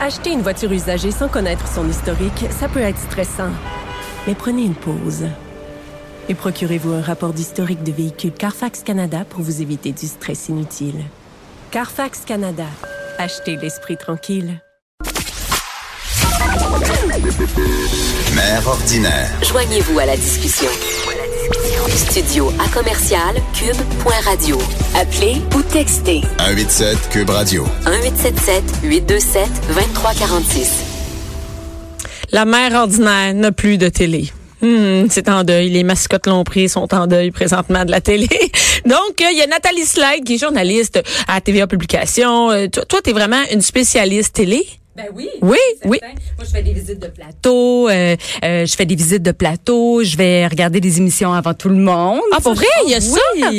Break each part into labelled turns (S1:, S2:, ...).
S1: Acheter une voiture usagée sans connaître son historique, ça peut être stressant. Mais prenez une pause. Et procurez-vous un rapport d'historique de véhicule Carfax Canada pour vous éviter du stress inutile. Carfax Canada. Achetez l'esprit tranquille.
S2: Mère ordinaire.
S3: Joignez-vous à la discussion. Studio à commercial cube.radio. Appelez ou textez
S2: 187 Cube Radio.
S3: 1877 827 2346.
S4: La mère ordinaire n'a plus de télé. Hmm, c'est en deuil. Les mascottes l'ont pris, sont en deuil présentement de la télé. Donc, euh, il y a Nathalie Slide qui est journaliste à TVA Publication. Euh, toi, toi, t'es vraiment une spécialiste télé?
S5: Ben oui.
S4: Oui,
S5: certain.
S4: oui.
S5: Moi, je fais des visites de plateau. euh, euh, je fais des visites de plateau. Je vais regarder des émissions avant tout le monde.
S4: Ah, pour vrai? Il y a
S5: oui.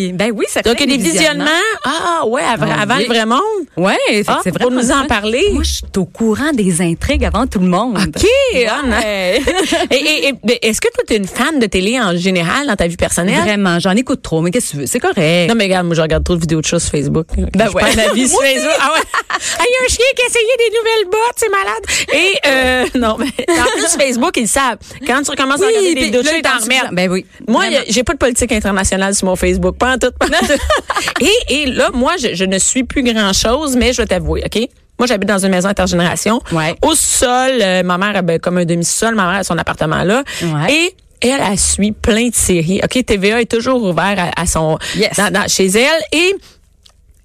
S4: ça?
S5: Ben oui, ça
S4: Donc, il y a des visionnements. Ah, ouais, avant,
S5: Ah,
S4: avant
S5: oui.
S4: le vrai monde.
S5: Ouais, fait que
S4: Ah,
S5: c'est
S4: pour
S5: vraiment
S4: nous
S5: le
S4: en
S5: fun.
S4: parler.
S5: Moi, je suis au courant des intrigues avant tout le monde.
S4: OK. ouais. et, et- et- mais est-ce que toi, t'es une fan de télé en général dans ta vie personnelle?
S5: Vraiment, j'en écoute trop, mais qu'est-ce que tu veux? C'est correct.
S4: Non, mais regarde, moi, je regarde trop de vidéos de choses sur Facebook. Ben
S5: ouais.
S4: la vie sur Facebook. Ah ouais. Ah, il y a un chien qui a essayé des nouvelles bottes, c'est malade. Et, euh, non, mais en plus, Facebook, ils savent. Quand tu recommences à
S5: Oui,
S4: regarder des
S5: puis
S4: vidéos de
S5: là,
S4: choses,
S5: ils t'en
S4: t'en remettent.
S5: Ben oui.
S4: Moi, y a- j'ai pas de politique internationale sur mon Facebook. Pas en tout, pas en tout. et, et là, moi, je, je ne suis plus grand-chose, mais je vais t'avouer, OK? Moi, j'habite dans une maison intergénération.
S5: Ouais.
S4: Au sol, euh, ma mère, ben, comme un demi-sol, ma mère a son appartement là.
S5: Ouais.
S4: Et elle, elle suit plein de séries. OK, TVA est toujours ouvert à, à son,
S5: Yes.
S4: dans- dans- chez elle. Et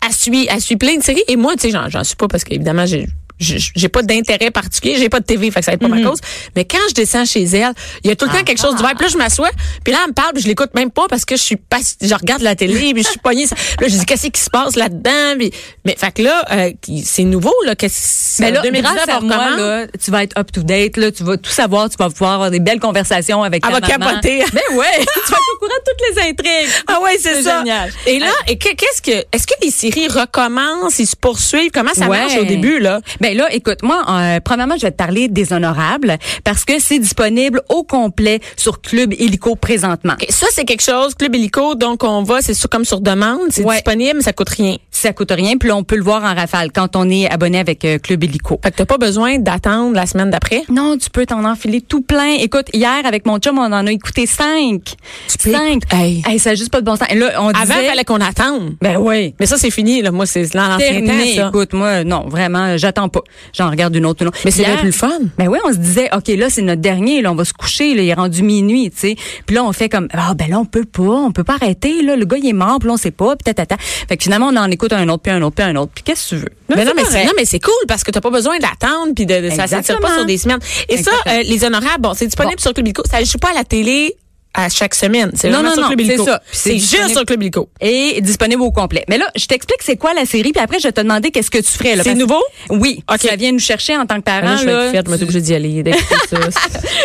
S4: elle suit, elle suit plein de séries. Et moi, tu sais, j'en, j'en suis pas parce qu'évidemment, j'ai, j'ai j'ai pas d'intérêt particulier, j'ai pas de TV, fait que ça va être pas
S5: Mm-hmm.
S4: ma cause. Mais quand je descends chez elle, il y a tout le temps quelque chose d'ouvert. Puis là, je m'assois, puis là, elle me parle, puis je l'écoute même pas parce que je suis pas, je regarde la télé, puis je suis poignée. Là, je dis, qu'est-ce qui se passe là-dedans? Puis- mais, fait que là, euh, qui- c'est nouveau, là, qu'est-ce,
S5: Mais Ben là,
S4: 2019,
S5: grâce à
S4: on
S5: moi,
S4: recommence.
S5: là, tu vas être up to date, là, tu vas tout savoir, tu vas pouvoir avoir des belles conversations avec
S4: Elle
S5: ta
S4: va
S5: maman.
S4: capoter.
S5: Ben ouais, tu vas être au courant de toutes les intrigues.
S4: Ah ouais, c'est
S5: C'est
S4: ça.
S5: génial.
S4: Et là, et que- qu'est-ce que, est-ce que les séries recommencent, ils se poursuivent? Comment ça
S5: Ouais.
S4: marche au début, là?
S5: Ben là, écoute, moi, euh, premièrement, je vais te parler des honorables parce que c'est disponible au complet sur Club Illico présentement.
S4: Ok, Ça, c'est quelque chose, Club Illico, donc on va, c'est sûr, comme sur demande, c'est
S5: Ouais.
S4: disponible, ça coûte rien.
S5: Ça coûte rien, puis là, on peut le voir en rafale quand on est abonné avec euh, Club Illico.
S4: Fait que t'as pas besoin d'attendre la semaine d'après.
S5: Non, tu peux t'en enfiler tout plein. Écoute, hier, avec mon chum, on en a écouté cinq.
S4: peux
S5: Cinq.
S4: écouter- Hey.
S5: ça a juste pas de bon sens. Et là, on
S4: Avant, il
S5: disait...
S4: fallait qu'on attende.
S5: Ben oui.
S4: Mais ça, c'est fini, là. Moi, c'est dans l'ancien
S5: terminé.
S4: temps, ça.
S5: Écoute, moi, non, vraiment, j'attends pas. J'en regarde une autre, une autre.
S4: Mais c'est
S5: Hier-
S4: bien plus le fun.
S5: Ben oui, on se disait, OK, là, c'est notre dernier, là, on va se coucher, là, il est rendu minuit, tu sais. Puis là, on fait comme, ah, ben là, on peut pas, on peut pas arrêter, là, le gars, il est mort, puis là, on sait pas, puis tatata. Fait que finalement, on en écoute un autre, puis un autre, puis un autre. Puis qu'est-ce que tu veux?
S4: Mais non, mais
S5: correct.
S4: c'est, non, mais c'est cool parce que t'as pas besoin d'attendre puis de, de- ça s'attire pas
S5: Exactement.
S4: sur des semaines. Et ça,
S5: Exactement.
S4: euh, les honorables, bon, c'est disponible
S5: Bon.
S4: sur Club Illico. Ça joue pas à la télé à chaque semaine. C'est
S5: Non,
S4: vraiment
S5: non,
S4: sur
S5: non,
S4: Club Illico.
S5: c'est ça. Puis c'est
S4: C'est juste
S5: disponible-
S4: sur Club Illico.
S5: Et disponible au complet. Mais là, je t'explique c'est quoi la série, puis après, je vais te demander qu'est-ce que tu ferais. là,
S4: C'est
S5: parce-
S4: nouveau?
S5: Oui.
S4: OK.
S5: Ça vient nous chercher en tant que parents.
S4: Ah, là, je vais
S5: là.
S4: être fière, je me suis obligée d'y aller, d'écouter ça.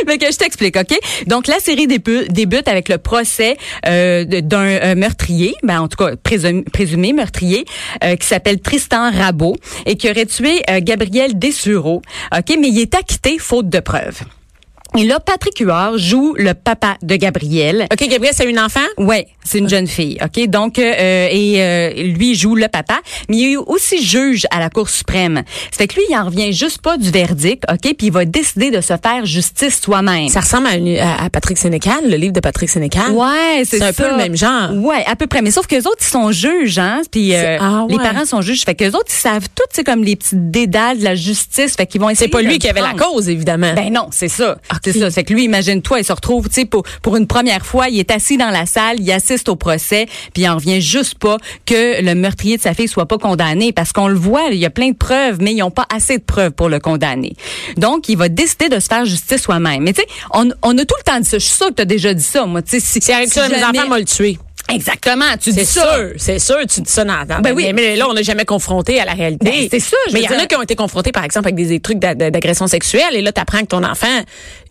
S5: Fait que je t'explique, OK? Donc, la série débu- débute avec le procès euh, de- d'un euh, meurtrier, ben, en tout cas, présum- présumé meurtrier, euh, qui s'appelle Tristan Rabot et qui aurait tué euh, Gabriel Dessureau, OK? Mais il est acquitté faute de preuves. Et là, Patrick Huard joue le papa de Gabriel.
S4: OK, Gabriel, c'est une enfant?
S5: Ouais, c'est une jeune fille, ok. Donc euh, et euh, lui joue le papa, mais il est aussi juge à la Cour suprême. C'est fait que lui, il en revient juste pas du verdict, ok. Puis il va décider de se faire justice soi-même.
S4: Ça ressemble à, une- à- à Patrick Sénécal, le livre de Patrick Sénécal.
S5: Ouais, c'est
S4: C'est un
S5: ça.
S4: peu le même genre.
S5: Ouais, à peu près. Mais sauf que les autres, ils sont juges, hein. Puis
S4: C'est-
S5: euh,
S4: ah ouais.
S5: les parents sont juges. Fait que les autres, ils savent tout, c'est comme les petits dédales de la justice. Fait qu'ils vont essayer.
S4: C'est pas
S5: de
S4: lui
S5: le
S4: qui avait la
S5: prendre.
S4: cause, évidemment.
S5: Ben non, c'est ça.
S4: Ok.
S5: C'est ça. C'est que lui, imagine-toi, il se retrouve, tu sais, pour, pour une première fois, il est assis dans la salle, il assiste au procès, puis il en revient juste pas que le meurtrier de sa fille soit pas condamné, parce qu'on le voit, il y a plein de preuves, mais ils n'ont pas assez de preuves pour le condamner. Donc, il va décider de se faire justice soi-même. Mais tu sais, on, on a tout le temps dit ça. Je suis sûre que t'as déjà dit ça, moi. Tu sais, si,
S4: c'est avec
S5: si
S4: ça, mes
S5: jamais-
S4: enfants m'ont le tué.
S5: Exactement, tu dis
S4: C'est
S5: ça.
S4: sûr, c'est sûr, tu dis ça dans, dans-
S5: Ben oui.
S4: mais, mais là, on n'est jamais confronté à la réalité.
S5: Ben, c'est ça, je
S4: Mais
S5: veux
S4: il y en a
S5: dire.
S4: qui ont été confrontés, par exemple, avec des, des trucs d'a- d'a- d'agression sexuelle, et là, t'apprends que ton enfant,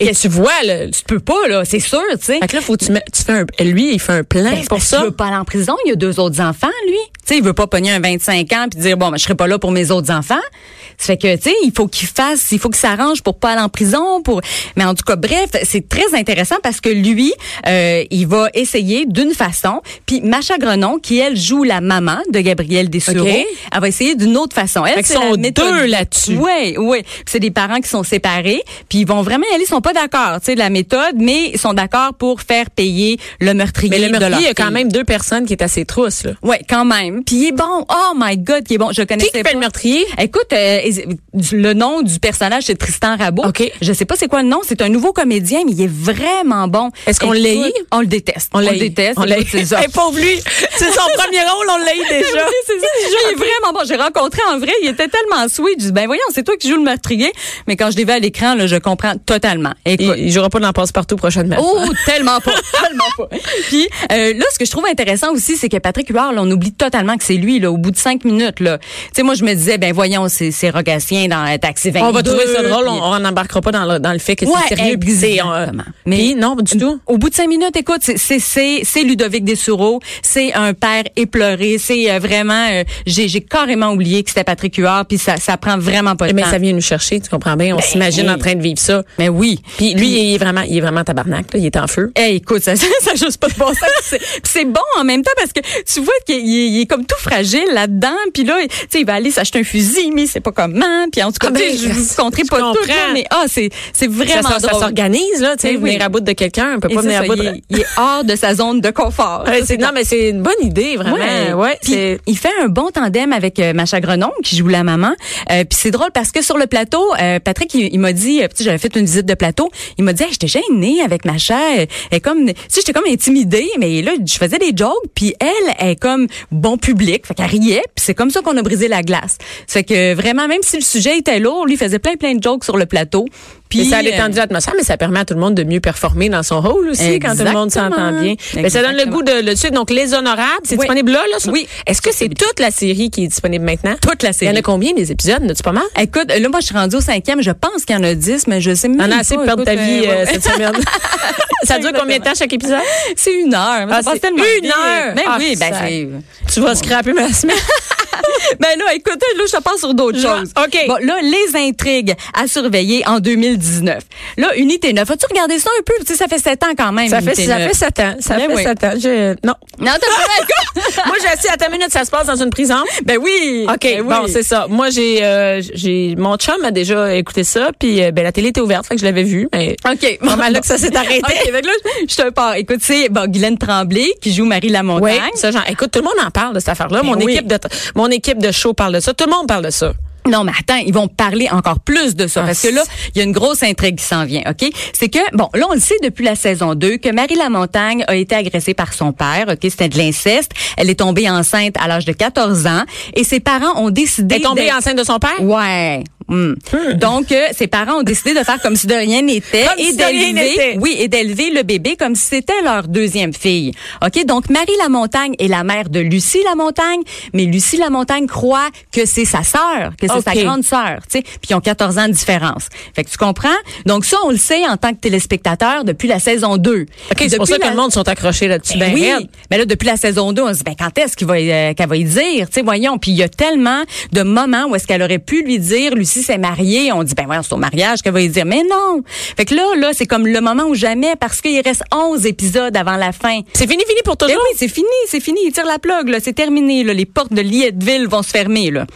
S4: et tu vois, là, tu peux pas, là, c'est
S5: C'est sûr, tu sais.
S4: Fait que là, faut que tu, mets- tu fais un, lui, il fait un plan
S5: Ben, c'est
S4: pour
S5: parce qu'il
S4: ça.
S5: veut pas aller en prison, il y a deux autres enfants, lui. Tu sais, il veut pas pogner un 25 ans puis dire bon, ben, je serai pas là pour mes autres enfants. Ça fait que tu sais, il faut qu'il fasse, il faut qu'il s'arrange pour pas aller en prison pour mais en tout cas bref, c'est très intéressant parce que lui, euh, il va essayer d'une façon, puis Macha Grenon qui elle joue la maman de Gabrielle Dessureau,
S4: OK.
S5: elle va essayer d'une autre façon. Elle
S4: Fait
S5: c'est
S4: qu'ils
S5: la
S4: sont
S5: méthode-
S4: deux là-dessus.
S5: oui, oui. Puis C'est des parents qui sont séparés, puis ils vont vraiment y aller, ils sont pas d'accord, tu sais, de la méthode, mais ils sont d'accord pour faire payer le meurtrier.
S4: Mais le
S5: de leur
S4: meurtrier, il y a quand
S5: fille.
S4: même deux personnes qui est à ses trousses, là.
S5: Ouais, quand même. Puis il est bon. Oh my God, il est bon. Je
S4: Qui
S5: connaissais
S4: qui
S5: pas.
S4: fait le meurtrier?
S5: Écoute, euh, du- le nom du personnage c'est Tristan Rabot.
S4: OK.
S5: Je sais pas c'est quoi le nom. C'est un nouveau comédien, mais il est vraiment bon.
S4: Est-ce qu'on
S5: Écoute,
S4: l'a haï?
S5: On le déteste.
S4: On l'a
S5: le déteste.
S4: On l'a
S5: Écoute, c'est ça.
S4: Hey, pauvre lui. C'est son premier rôle, on l'a eu déjà.
S5: Oui, c'est ça. Il est vraiment bon. J'ai rencontré en vrai, il était tellement sweet. Je dis, ben voyons, c'est toi qui joues le meurtrier. Mais quand je l'ai vu à l'écran, là, je comprends totalement. Écoute.
S4: Il, il jouera pas dans Passe-Partout prochainement.
S5: Oh, tellement pas, tellement pas. Puis euh, là, ce que je trouve intéressant aussi, c'est que Patrick Huard, là, on oublie totalement que c'est lui, là, au bout de cinq minutes, là. Tu sais, moi, je me disais, ben voyons, c'est c'est Rogatien dans euh, Taxi 22.
S4: On va trouver ça drôle,
S5: puis-
S4: on n'embarquera pas dans le, dans le fait que c'est
S5: Ouais,
S4: sérieux. puis c'est, euh,
S5: exactement. Mais-
S4: Puis non, du tout.
S5: Au bout de cinq minutes, écoute, c'est- c'est c'est c'est Ludovic Dessureau, c'est un père éploré, c'est euh, vraiment, euh, j'ai j'ai carrément oublié que c'était Patrick Huard, puis ça ça prend vraiment pas de
S4: Mais
S5: temps.
S4: Eh ça vient nous chercher, tu comprends bien. On s'imagine
S5: hey.
S4: en train de vivre ça.
S5: Mais Ben oui.
S4: Puis lui, il est vraiment, il est vraiment tabarnak, là, il est en feu.
S5: Eh, écoute, ça, ça, ça a juste pas de bon sens. Puis c'est- puis c'est bon en même temps parce que tu vois qu'il est- il est, il est comme tout fragile là-dedans. Puis là, tu sais, il va aller s'acheter un fusil, mais c'est pas comment. Puis en tout cas,
S4: Ah ben,
S5: tu sais, je vous
S4: je
S5: compterai pas tout,
S4: comprends.
S5: là, mais ah, c'est c'est vraiment
S4: ça, ça- ça
S5: drôle.
S4: s'organise, là, tu sais,
S5: Mais oui.
S4: venir à bout de quelqu'un, on peut
S5: Et
S4: pas
S5: c'est
S4: venir
S5: ça,
S4: à bout
S5: il,
S4: de...
S5: est, il est hors de sa zone de confort.
S4: Ouais, c'est- non, mais c'est une bonne idée, vraiment. Ouais,
S5: Puis
S4: c'est-
S5: il fait un bon tandem avec euh, Macha Grenon qui joue la maman. Euh, puis c'est drôle parce que sur le plateau, euh, Patrick il, il m'a dit, euh, tu sais, j'avais fait une visite de plateau, il m'a dit, Hey, j'étais gênée avec Macha, euh, elle est comme, tu sais, j'étais comme intimidée, mais là je faisais des jokes, puis elle elle est comme bon public, fait qu'elle riait, puis c'est comme ça qu'on a brisé la glace. Fait que vraiment même si le sujet était lourd, lui il faisait plein plein de jokes sur le plateau.
S4: Puis
S5: Puis
S4: ça a
S5: euh,
S4: détendu l'atmosphère, mais ça permet à tout le monde de mieux performer dans son rôle aussi quand tout le monde
S5: Exactement.
S4: s'entend bien. Mais ça donne le
S5: Exactement.
S4: goût de le suivre. Donc, Les Honorables, c'est
S5: Oui.
S4: disponible là, là? sur-
S5: Oui.
S4: Est-ce que c'est toute la série qui est disponible maintenant?
S5: Toute la
S4: Il y en
S5: série.
S4: a combien des épisodes? N'as-tu pas mal?
S5: Écoute, là, moi, je suis rendue au cinquième. Je pense qu'il y en a dix, mais je sais même
S4: On
S5: pas.
S4: a assez de perdre ta
S5: Écoute,
S4: vie
S5: euh, ouais,
S4: euh,
S5: ouais.
S4: cette semaine. ça dure combien de temps chaque épisode?
S5: C'est une heure.
S4: Ah,
S5: ça passe
S4: c'est
S5: tellement
S4: une
S5: vite.
S4: heure.
S5: Ben
S4: Ah,
S5: oui, ben
S4: sac.
S5: c'est...
S4: Tu vas scraper ma semaine.
S5: Ben là, écoute, là, je te parle sur d'autres
S4: Là,
S5: choses.
S4: OK.
S5: Bon, là, les intrigues à surveiller en 2019. Là, Unité 9. As-tu regardé ça un peu? Tu sais, ça fait sept ans quand même,
S4: Ça fait,
S5: Unité
S4: ça
S5: 9.
S4: fait 7 ans. Ça
S5: Ben
S4: fait
S5: oui.
S4: sept ans. Je- Non.
S5: Non, t'as pas
S4: Moi, j'ai assis à ta minute, ça se passe dans une prison.
S5: Ben oui.
S4: OK,
S5: Ben oui.
S4: bon, c'est ça. Moi, j'ai, euh, j'ai, mon chum a déjà écouté ça, puis euh, ben, la télé était ouverte, fait que je l'avais vu, mais
S5: OK.
S4: Pas mal là que ça s'est arrêté.
S5: OK, fait que là, je te parle. Écoute, c'est bon, Guylaine Tremblay qui joue Marie Lamontagne.
S4: Oui, ça, genre, écoute, tout le monde en parle de cette affaire-là.
S5: Ben
S4: mon,
S5: oui.
S4: équipe de, mon équipe de show parle de ça. Tout le monde parle de ça.
S5: Non, mais attends, ils vont parler encore plus de ça.
S4: Ah,
S5: Parce que là, il y a une grosse intrigue qui s'en vient, OK? C'est que, bon, là, on le sait depuis la saison 2 que Marie Lamontagne a été agressée par son père, OK? C'était de l'inceste. Elle est tombée enceinte à l'âge de 14 ans et ses parents ont décidé...
S4: Elle est tombée
S5: d'être-
S4: enceinte de son père?
S5: Ouais. hmm. Donc, euh, ses parents ont décidé de faire comme si de rien n'était
S4: Comme
S5: et
S4: si de rien
S5: d'élever-
S4: n'était.
S5: oui, et d'élever le bébé comme si c'était leur deuxième fille. OK? Donc, Marie Lamontagne est la mère de Lucie Lamontagne, mais Lucie Lamontagne croit que c'est sa sœur, que c'est
S4: OK.
S5: sa grande sœur, tu sais, puis ils ont 14 ans de différence. Fait que tu comprends? Donc, ça, on le sait en tant que téléspectateur depuis la saison 2.
S4: OK, c'est pour
S5: Depuis
S4: ça que
S5: la-
S4: le monde sont accrochés là-dessus. Ben,
S5: oui.
S4: raide.
S5: Mais là, depuis la saison 2, on se dit, ben, quand est-ce qu'il va, euh, qu'elle va y dire? Tu sais, voyons. Puis il y a tellement de moments où est-ce qu'elle aurait pu lui dire, Lucie s'est mariée. On dit, ben, voyons, c'est au mariage qu'elle va y dire. Mais non. Fait que là, là, c'est comme le moment où jamais parce qu'il reste 11 épisodes avant la fin.
S4: C'est fini, fini pour
S5: Mais
S4: toujours.
S5: oui, c'est fini, c'est fini. Il tire la plug, là. C'est terminé, là. Les portes de Lietteville vont se fermer, là.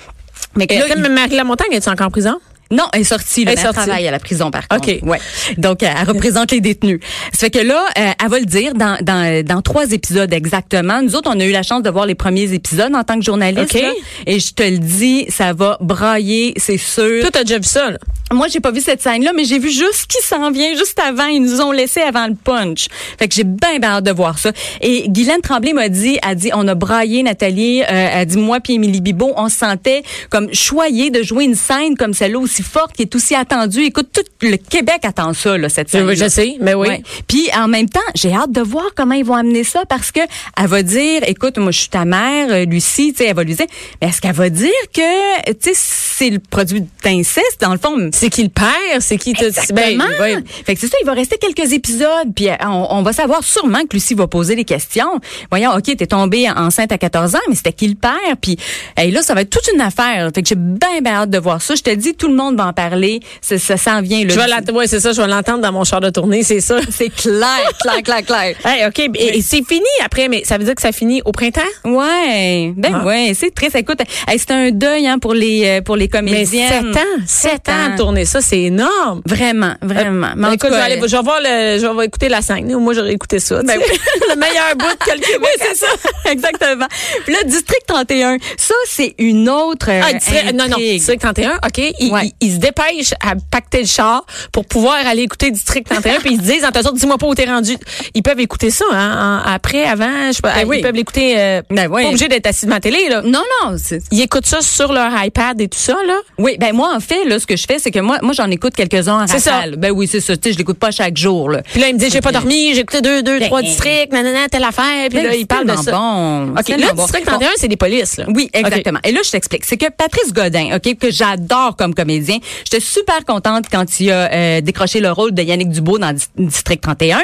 S5: Mais que
S4: Et
S5: là,
S4: là,
S5: il-
S4: mais Marie Lamontagne, est tu encore en prison?
S5: non, elle est sortie. Là,
S4: Elle est
S5: mais
S4: sortie.
S5: travaille à la prison, par
S4: OK.
S5: contre. Ouais. Donc, euh, elle représente les détenus. Ça fait que là, euh, elle va le dire dans, dans, dans trois épisodes exactement. Nous autres, on a eu la chance de voir les premiers épisodes en tant que journaliste.
S4: OK.
S5: là. et je te le dis, ça va brailler, c'est sûr.
S4: Toi, t'as déjà vu ça, là.
S5: Moi, j'ai pas vu cette scène-là, mais j'ai vu juste ce qui s'en vient juste avant. Ils nous ont laissé avant le punch. Fait que j'ai bien ben hâte de voir ça. Et Guylaine Tremblay m'a dit, a dit, on a braillé Nathalie, euh, a dit moi puis Émilie Bibot, on se sentait comme choyés de jouer une scène comme celle-là aussi aussi forte, qui est aussi attendue. Écoute, tout le Québec attend ça, là, cette
S4: Je-
S5: série.
S4: je sais, mais oui.
S5: Puis en même temps, j'ai hâte de voir comment ils vont amener ça parce que elle va dire, écoute, moi je suis ta mère, euh, Lucie, tu sais, elle va lui dire, mais est-ce qu'elle va dire que, tu sais, c'est le produit d'inceste dans le fond?
S4: C'est qui le père? C'est qui? te-
S5: Exactement.
S4: Ben, oui.
S5: Fait que c'est ça, il va rester quelques épisodes, puis euh, on, on va savoir sûrement que Lucie va poser les questions. Voyons, ok, t'es tombée enceinte à 14 ans, mais c'était qui le père? Puis hey, là, ça va être toute une affaire. Fait que j'ai bien, bien hâte de voir ça. Je te dis, tout le monde va en parler. Ça, ça s'en vient. Là,
S4: Je vais l'ent- ouais, c'est ça, je vais l'entendre dans mon char de tournée, c'est ça.
S5: C'est clair, clair, clair, clair.
S4: Hey, OK. Et, et c'est fini après, mais ça veut dire que ça finit au printemps?
S5: Ouais, ben
S4: Ah.
S5: ouais, c'est triste. Écoute, hey, c'est un deuil hein, pour les euh, pour les
S4: Mais
S5: comédiennes.
S4: 7 ans, 7 ans de tourner ça, c'est énorme.
S5: Vraiment, vraiment. Mais en
S4: Ben,
S5: tout
S4: écoute, je vais
S5: cas,
S4: aller, je vais voir le, je vais écouter la scène. Moi, j'aurais écouté ça. tu sais. le meilleur bout que le Québec.
S5: Oui, c'est ça. Exactement. Puis là, District 31, ça, c'est une autre. euh,
S4: Ah, District- non, non,
S5: intrigue.
S4: District 31, OK. Ils,
S5: Ouais.
S4: ils- ils se dépêchent à pacter le char pour pouvoir aller écouter District 31, puis ils se disent, en sorte, dis-moi pas où t'es rendu. Ils peuvent écouter ça, hein, en- après, avant, je sais pas,
S5: Ben
S4: ils
S5: oui.
S4: peuvent l'écouter, euh,
S5: Ben oui.
S4: pas obligé d'être assis devant la télé, là.
S5: Non, non. c'est-
S4: Ils écoutent ça sur leur iPad et tout ça, là.
S5: Oui, ben moi, en fait, là, ce que je fais, c'est que moi, moi j'en écoute quelques-uns en
S4: C'est
S5: rafale.
S4: ça.
S5: Ben oui, c'est ça. Tu sais, je l'écoute pas chaque jour. Là.
S4: Puis là, ils me disent, j'ai pas dormi, j'ai écouté deux, deux, trois districts, nanana, telle affaire, puis
S5: Ben,
S4: là,
S5: c'est
S4: ils parlent de
S5: tellement
S4: ça.
S5: bon.
S4: OK,
S5: C'est
S4: là,
S5: tellement bon.
S4: District 31, c'est des polices, là.
S5: Oui, exactement. Et là, je t'explique. C'est que Patrice Godin, OK, que j'adore comme comédien, j'étais super contente quand il a euh, décroché le rôle de Yannick Dubois dans Dis- District 31,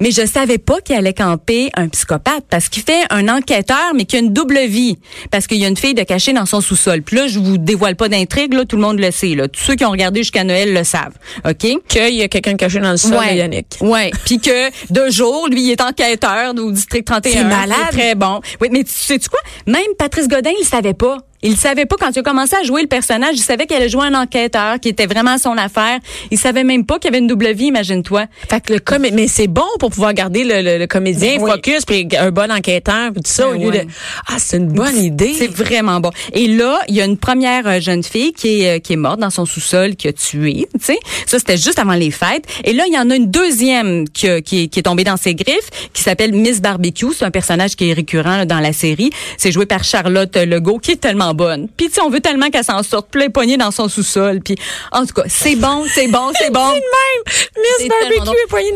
S5: mais je savais pas qu'il allait camper un psychopathe parce qu'il fait un enquêteur, mais qui a une double vie parce qu'il y a une fille de cachée dans son sous-sol. Puis là, je vous dévoile pas d'intrigue, là, tout le monde le sait. Là. Tous ceux qui ont regardé jusqu'à Noël le savent, OK?
S4: Qu'il y a quelqu'un caché dans le sol, là, Yannick.
S5: Ouais. Puis que de jour, lui, il est enquêteur au district 31.
S4: C'est malade.
S5: très bon. Oui, mais tu sais tu quoi? Même Patrice Godin, il savait pas. Il savait pas quand il a commencé à jouer le personnage. Il savait qu'il allait jouer un enquêteur, qui était vraiment son affaire. Il savait même pas qu'il avait une double vie, imagine-toi.
S4: Fait que le comé- mais c'est bon pour pouvoir garder le, le- le comédien
S5: Oui.
S4: focus puis un bon enquêteur puis tout ça au
S5: Ben
S4: lieu
S5: ouais.
S4: de ah c'est une bonne idée.
S5: C'est vraiment bon. Et là, il y a une première euh, jeune fille qui est, euh, qui est morte dans son sous-sol, qui a tué, tu sais. Ça, c'était juste avant les fêtes. Et là, il y en a une deuxième qui, a- qui, est- qui est tombée dans ses griffes, qui s'appelle Miss Barbecue. C'est un personnage qui est récurrent là, dans la série. C'est joué par Charlotte Legault, qui est tellement bonne. Puis, tu sais, on veut tellement qu'elle s'en sorte, plein poignée dans son sous-sol. Puis, en tout cas, c'est bon, c'est bon, c'est bon. C'est
S4: Miss
S5: tellement drôle.
S4: Barbecue est poignée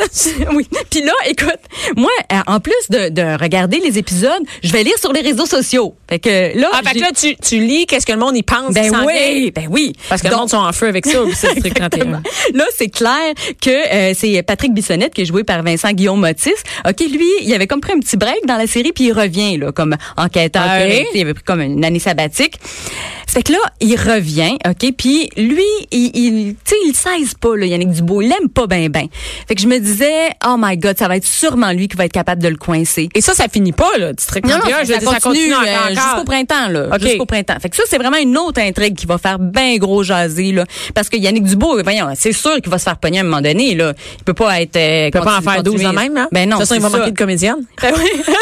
S4: dans
S5: oui. Puis là, écoute, moi, euh, en plus de, de regarder les épisodes, je vais lire sur les réseaux sociaux. Fait que là,
S4: Ah fait que
S5: j'ai-
S4: là tu, tu lis qu'est-ce que le monde y pense
S5: Ben
S4: qui s'en vient.
S5: oui, ben oui.
S4: parce que le
S5: Donc,
S4: monde sont en feu avec ça au district 31.
S5: Là, c'est clair que euh, c'est Patrick Bissonnette qui est joué par Vincent Guillaume Motis. OK, lui, il avait comme pris un petit break dans la série puis il revient là comme enquêteur,
S4: OK.
S5: Tu sais, il avait pris comme une année sabbatique. C'est que là, il revient, OK, puis lui, il, il tu sais, il cesse pas là, Yannick Dubois, il l'aime pas ben ben. Fait que je me disais, oh my god, ça va être sûrement lui qui va être capable de le coincer.
S4: Et ça ça finit pas là district 31, je veux dire, ça continue,
S5: euh,
S4: encore, encore.
S5: jusqu'au printemps là,
S4: OK.
S5: jusqu'au printemps. Fait que ça c'est vraiment une autre intrigue qui va faire ben gros jaser là parce que Yannick Dubois voyons, c'est sûr qu'il va se faire pogner à un moment donné là. Il peut pas être euh,
S4: Il peut pas en
S5: continu-
S4: faire 12
S5: continuer.
S4: de même hein.
S5: Ben non,
S4: De toute façon,
S5: c'est Ben
S4: il va
S5: ça.
S4: manquer de comédienne.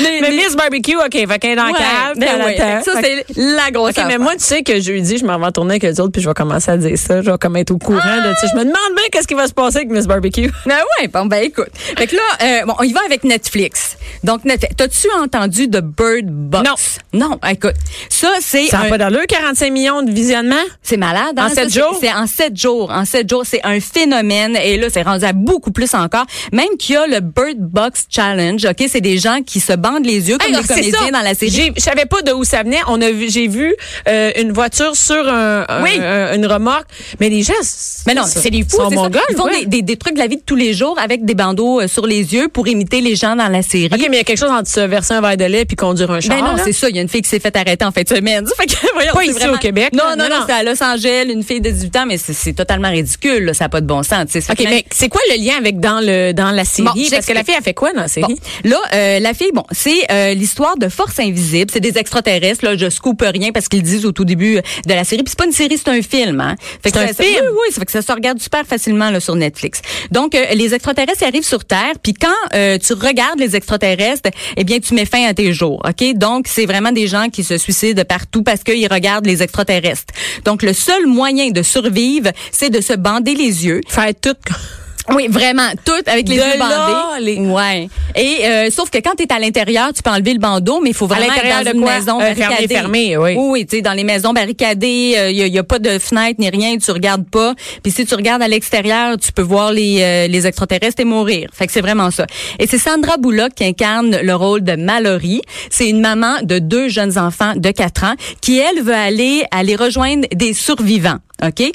S5: Les-
S4: mais
S5: les-
S4: Miss Barbecue OK, fait qu'elle est dans
S5: Ouais,
S4: la cave,
S5: ben
S4: puis elle
S5: ouais.
S4: attend.
S5: Ça,
S4: Fait que-
S5: c'est la grosse
S4: OK, mais
S5: affaire.
S4: moi, tu sais que jeudi, je m'en vais en tourner avec les autres, puis je vais commencer à dire ça. Je vais comme être au courant de ça. Je me demande bien qu'est-ce qui va se passer avec Miss Barbecue.
S5: Ben ouais, bon, ben écoute. Fait que là, euh, bon, on y va avec Netflix. Donc, Netflix. T'as-tu entendu de Bird Box? Non. Non, écoute. Ça, c'est
S4: Ça n'a
S5: un-
S4: pas d'allure, 45 millions de visionnements.
S5: C'est malade. hein?
S4: En
S5: Ça,
S4: sept
S5: c'est-
S4: jours?
S5: C'est en sept jours. En sept jours, c'est un phénomène. Et là, c'est rendu à beaucoup plus encore. Même qu'il y a le Bird Box Challenge. Ok, c'est des gens qui se bandent les yeux comme
S4: Alors,
S5: des
S4: c'est
S5: comédiens
S4: ça.
S5: dans la série.
S4: J'ai- Je savais pas de où ça venait. On a vu, j'ai vu euh, une voiture sur un, un-
S5: Oui.
S4: un- une remorque. Mais les gens,
S5: Mais non,
S4: ça,
S5: c'est des fous.
S4: sont
S5: c'est ça.
S4: mongols,
S5: Ils font
S4: ouais.
S5: des, des- des trucs de la vie de tous les jours avec des bandeaux euh, sur les yeux pour imiter les gens dans la série.
S4: Ok, mais il y a quelque chose entre se verser un verre de lait puis conduire un char.
S5: Ben non,
S4: là.
S5: c'est ça. Il y a une fille qui s'est fait arrêter en fin de semaine. Fait que, voyons,
S4: hein? Pas
S5: c'est
S4: ici
S5: vraiment-
S4: au Québec,
S5: Non,
S4: là.
S5: non,
S4: Non,
S5: non,
S4: non.
S5: c'est à Los Angeles, une fille de 18 ans, mais c'est- c'est totalement ridicule. là, Ça n'a pas de bon sens. tu sais. Ça
S4: Ok,
S5: fait même-
S4: mais c'est quoi le lien avec dans le dans la série
S5: Ben Bon,
S4: Parce que
S5: j'explique.
S4: la fille a fait quoi dans la série
S5: Bon, là, euh, la fille, bon, c'est euh, l'histoire de forces invisibles. C'est des extraterrestres. Là, je scoop rien parce qu'ils disent au tout début de la série. Puis c'est pas une série, c'est un film. Hein. Fait que
S4: C'est un
S5: ça- ça-
S4: film?
S5: Oui, oui, ça fait que ça se regarde super facilement là, sur Netflix. Donc, euh, les extraterrestres ils arrivent sur Terre. Puis quand euh, tu regardes les extraterrestres, eh bien, tu mets fin à tes jours. Ok, donc c'est vraiment des gens qui se suicident partout parce qu'ils regardent les extraterrestres. Donc, le seul moyen de survivre, c'est de se bander les yeux
S4: Faire tout.
S5: Oui, vraiment, toutes avec les
S4: De
S5: yeux
S4: là,
S5: bandés.
S4: les-
S5: Ouais. Et euh, sauf que quand tu es à l'intérieur, tu peux enlever le bandeau, mais il faut vraiment
S4: l'intérieur
S5: être dans
S4: de
S5: une
S4: quoi?
S5: maison
S4: Euh, fermé,
S5: barricadée.
S4: fermé, oui.
S5: Oui, tu sais dans les maisons barricadées, il y, a- y a pas de fenêtre ni rien, tu regardes pas. Puis si tu regardes à l'extérieur, tu peux voir les euh, les extraterrestres et mourir. Fait que c'est vraiment ça. Et c'est Sandra Bullock qui incarne le rôle de Mallory. C'est une maman de deux jeunes enfants de 4 ans qui elle veut aller aller rejoindre des survivants. OK? Et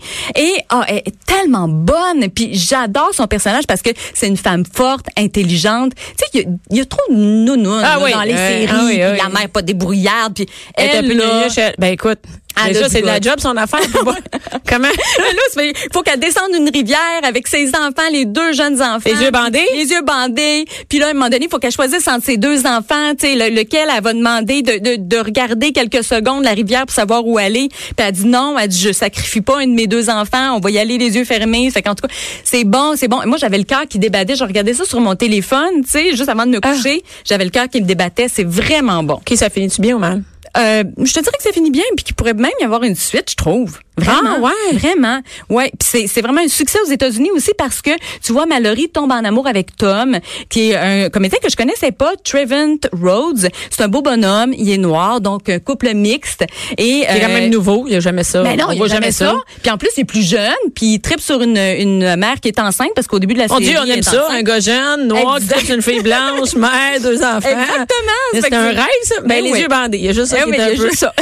S5: ah, elle est tellement bonne. Puis j'adore son personnage parce que c'est une femme forte, intelligente. Tu sais, il y a- il y, a trop de nounounes
S4: Ah
S5: là,
S4: oui,
S5: dans les
S4: euh,
S5: séries.
S4: ah oui, ah
S5: puis La
S4: oui.
S5: mère Hein, pas débrouillarde. Puis
S4: Elle est un
S5: elle,
S4: peu
S5: là,
S4: nulle, je- Ben écoute,
S5: Elle a
S4: déjà,
S5: du
S4: c'est de la
S5: goût.
S4: job son affaire. puis bon, Comment?
S5: là, il faut qu'elle descende une rivière avec ses enfants, les deux jeunes enfants.
S4: Les yeux bandés?
S5: Les yeux bandés. Puis là, à un moment donné, il faut qu'elle choisisse entre ses deux enfants, tu sais, le- lequel elle va demander de, de, de regarder quelques secondes la rivière pour savoir où aller. Puis elle dit non, elle dit je sacrifie pas un de mes deux enfants, on va y aller les yeux fermés. Fait qu'en tout cas, c'est bon, c'est bon. Et Moi, j'avais le cœur qui débattait, je regardais ça sur mon téléphone, tu sais, juste avant de me
S4: Ah.
S5: coucher, j'avais le cœur qui me débattait, c'est vraiment bon.
S4: OK, ça finit-tu bien ou mal?
S5: Euh, je te dirais que ça finit bien puis qu'il pourrait même y avoir une suite, je trouve. Vraiment,
S4: Ah, ouais.
S5: vraiment. Ouais, puis c'est c'est vraiment un succès aux États-Unis aussi parce que tu vois Mallory tombe en amour avec Tom qui est un comédien que je connaissais pas, Trevent Rhodes. C'est un beau bonhomme, il est noir, donc un couple mixte et
S4: C'est quand
S5: euh,
S4: même nouveau, il n'y a jamais ça.
S5: ben non,
S4: on
S5: il y a
S4: voit
S5: jamais ça. Puis en plus, il est plus jeune, puis il tripe sur une, une mère qui est enceinte parce qu'au début de la
S4: Mon
S5: série,
S4: Dieu, on
S5: elle est
S4: aime ça,
S5: enceinte.
S4: un gars jeune, noir, qui
S5: Exact.
S4: date une fille blanche, mère, deux enfants.
S5: Exactement,
S4: Mais
S5: fait
S4: C'est
S5: que
S4: un
S5: c'est-
S4: rêve, ça. Ben,
S5: Ben
S4: les
S5: oui.
S4: yeux bandés. Il y a juste ça
S5: Eh
S4: qui
S5: oui,
S4: est
S5: il y
S4: un
S5: a
S4: peu...
S5: juste ça.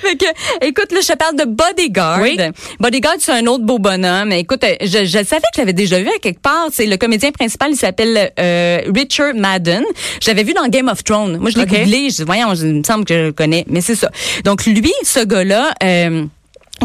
S5: Fait que, écoute, là, je te parle de Bodyguard.
S4: Oui.
S5: Bodyguard, c'est un autre beau bonhomme. Écoute, euh, je, je savais que je l'avais déjà vu à quelque part. C'est le comédien principal, il s'appelle euh, Richard Madden. J'avais vu dans Game of Thrones. Moi, je l'ai
S4: Ok.
S5: googlé. Je dis, voyons, je- il me semble que je le connais. Mais c'est ça. Donc, lui, ce gars-là... euh,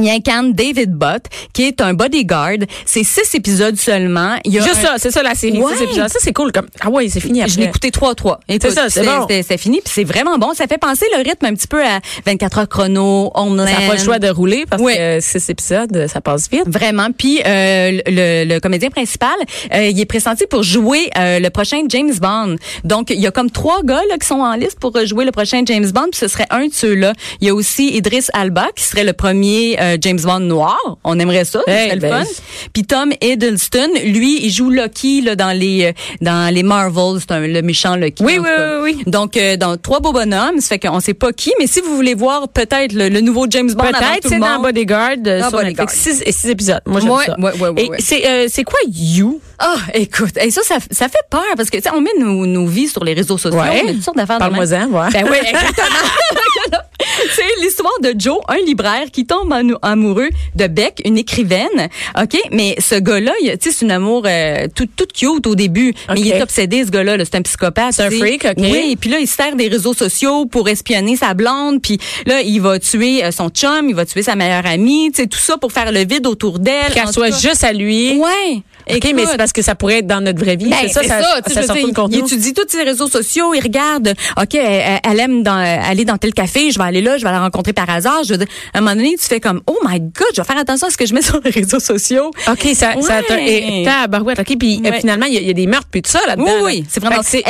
S5: il incarne David Bott, qui est un bodyguard. C'est six épisodes seulement. Il y a
S4: Juste
S5: un-
S4: ça, c'est ça la série.
S5: Ouais.
S4: c'est Ça, c'est cool. Comme... Ah ouais, c'est fini après.
S5: je l'ai écouté 3-3. Écoute,
S4: C'est ça, c'est bon.
S5: c'était- c'était fini, puis c'est vraiment bon. Ça fait penser le rythme un petit peu à 24 heures chrono, Homeland.
S4: Ça n'a pas le choix de rouler parce
S5: Ouais.
S4: que six épisodes, ça passe vite.
S5: Vraiment. Puis euh, le, le comédien principal, euh, il est pressenti pour jouer euh, le prochain James Bond. Donc, il y a comme trois gars là, qui sont en liste pour euh, jouer le prochain James Bond. Puis ce serait un de ceux-là. Il y a aussi Idris Alba qui serait le premier euh, James Bond noir. On aimerait ça.
S4: Hey,
S5: c'est le
S4: ben,
S5: fun. Puis Tom Hiddleston, lui, il joue Lucky là, dans les euh, dans les Marvels. C'est un- le méchant Lucky.
S4: Oui,
S5: en tout
S4: oui,
S5: cas.
S4: oui, oui.
S5: Donc, euh, dans trois beaux bonhommes. Ça fait qu'on sait pas qui. Mais si vous voulez voir peut-être le, le nouveau James Bond, avant
S4: Peut-être,
S5: tout
S4: c'est
S5: le
S4: dans
S5: monde,
S4: Bodyguard euh,
S5: Dans
S4: sur
S5: Bodyguard.
S4: Netflix. Six, et six épisodes. Moi, j'aime
S5: Ouais,
S4: ça.
S5: ouais, ouais, ouais,
S4: Et
S5: ouais.
S4: c'est euh, c'est quoi You?
S5: Ah, écoute, et ça, ça, ça fait peur parce que, tu sais, on met nos, nos vies sur les réseaux sociaux,
S4: Ouais.
S5: on met toutes sortes d'affaires. de
S4: Parle-moi-en,
S5: même.
S4: ouais.
S5: Ben oui, exactement. C'est l'histoire de Joe, un libraire qui tombe anou- amoureux de Beck, une écrivaine. OK? Mais ce gars-là, il- tu sais, c'est un amour euh, tout, tout cute au début. Mais il est obsédé, ce gars-là. là. C'est un psychopathe.
S4: C'est un
S5: tu sais.
S4: freak, OK.
S5: Oui, et puis là, il se sert des réseaux sociaux pour espionner sa blonde. Puis là, il va tuer euh, son chum, il va tuer sa meilleure amie. Tu sais, tout ça pour faire le vide autour d'elle. En
S4: Qu'elle
S5: tout
S4: soit
S5: cas-
S4: juste à lui.
S5: Ouais.
S4: OK, mais c'est parce que ça pourrait être dans notre vraie vie.
S5: Ben,
S4: c'est ça, ça,
S5: tu sais,
S4: ça
S5: je
S4: sort
S5: veux
S4: tout
S5: dire,
S4: le
S5: Il
S4: contenu.
S5: étudie tous ses réseaux sociaux, il regarde, euh, OK, elle, elle aime dans- euh, aller dans tel café, je vais aller là, je vais la rencontrer par hasard. Je veux dire, à un moment donné, tu fais comme, oh my God, je vais faire attention à ce que je mets sur les réseaux sociaux.
S4: OK, ça, ça
S5: Ouais.
S4: t'a- et tabarouette, OK, puis euh,
S5: Ouais.
S4: finalement, il y, a- il y a des meurtres puis tout ça là-dedans.
S5: Oui,
S4: là.
S5: oui, c'est vraiment.
S4: Fait que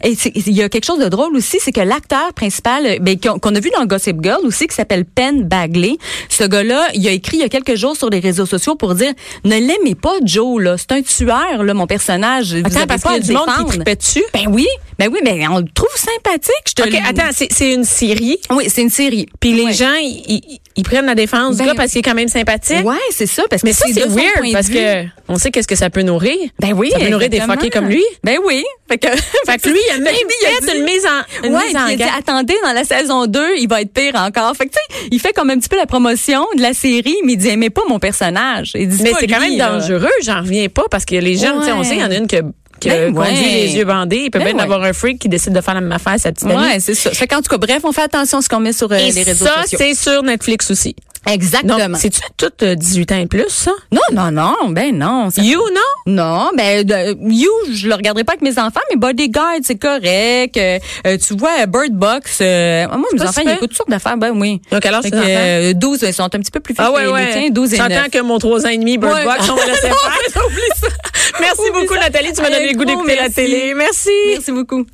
S5: Hey, et c'est- il y a quelque chose de drôle aussi, c'est que l'acteur principal, euh, ben, qu'on qu'on a vu dans Gossip Girl aussi, qui s'appelle Penn Bagley, ce gars-là, il a écrit il y a quelques jours sur les réseaux sociaux pour dire, ne l'aimez pas, Joe, là, c'est un tueur, là, mon personnage. Vous
S4: Attends,
S5: avez
S4: parce
S5: pas
S4: qu'il
S5: à le
S4: y a du monde qui
S5: défendre.
S4: tripait dessus.
S5: Ben oui, ben oui, mais on le trouve sympathique. Je te
S4: OK,
S5: le-
S4: attends, c'est- c'est une série.
S5: Oui, c'est une série.
S4: Puis les
S5: Ouais.
S4: gens, ils- ils ils prennent la défense du
S5: Ben,
S4: gars parce qu'il est quand même sympathique.
S5: Ouais, c'est ça. Parce
S4: Mais
S5: que
S4: ça,
S5: ces
S4: c'est
S5: deux sont
S4: weird
S5: points de
S4: parce
S5: vue.
S4: que on sait qu'est-ce que ça peut nourrir.
S5: Ben oui.
S4: Ça peut nourrir des
S5: exactement.
S4: fuckés comme lui.
S5: Ben oui. Fait que,
S4: Fait que lui, il a même fait une mise en, une
S5: ouais,
S4: mise
S5: puis
S4: en
S5: il a dit,
S4: garde.
S5: attendez, dans la saison 2, il va être pire encore. Fait que, tu sais, il fait comme un petit peu la promotion de la série, mais il dit, aimez pas mon personnage. Il dit,
S4: Mais
S5: pas
S4: c'est quand
S5: lui,
S4: même
S5: là.
S4: dangereux, j'en reviens pas, parce que les gens, tu sais, on
S5: Ouais.
S4: sait, il y en a une que, que
S5: Ben
S4: conduit
S5: ouais.
S4: les yeux bandés. Il peut
S5: Ben
S4: bien
S5: ouais.
S4: avoir un freak qui décide de faire la même affaire à sa petite amie.
S5: Ouais, c'est ça. Fait qu'en tout cas, bref, on fait attention à ce qu'on met sur euh,
S4: Et
S5: les réseaux
S4: ça,
S5: sociaux.
S4: c'est sur Netflix aussi. Donc,
S5: Exactement.
S4: c'est-tu tout euh, 18 ans et plus, ça?
S5: Non, non, non, ben non. ça-
S4: You, non?
S5: Non, ben de- You, je le regarderai pas avec mes enfants, mais Bodyguard, c'est correct. Euh, euh, tu vois, euh, Bird Box, euh, moi, mes
S4: pas
S5: enfants,
S4: si
S5: ils
S4: pire.
S5: écoutent toutes sortes d'affaires, ben oui.
S4: Donc, alors,
S5: Fait
S4: c'est
S5: que, euh, 12, ils sont un petit peu plus faibles que les tiens, 12 et 9.
S4: Ah J'entends que mon 3 ans et demi, Bird
S5: Ouais.
S4: Box, on va laisser faire.
S5: Oublie ça.
S4: Merci
S5: Oublie
S4: beaucoup,
S5: ça.
S4: Nathalie. Tu m'as
S5: Hey,
S4: donné le goût
S5: gros
S4: d'écouter la
S5: merci.
S4: télé. Merci.
S5: Merci beaucoup.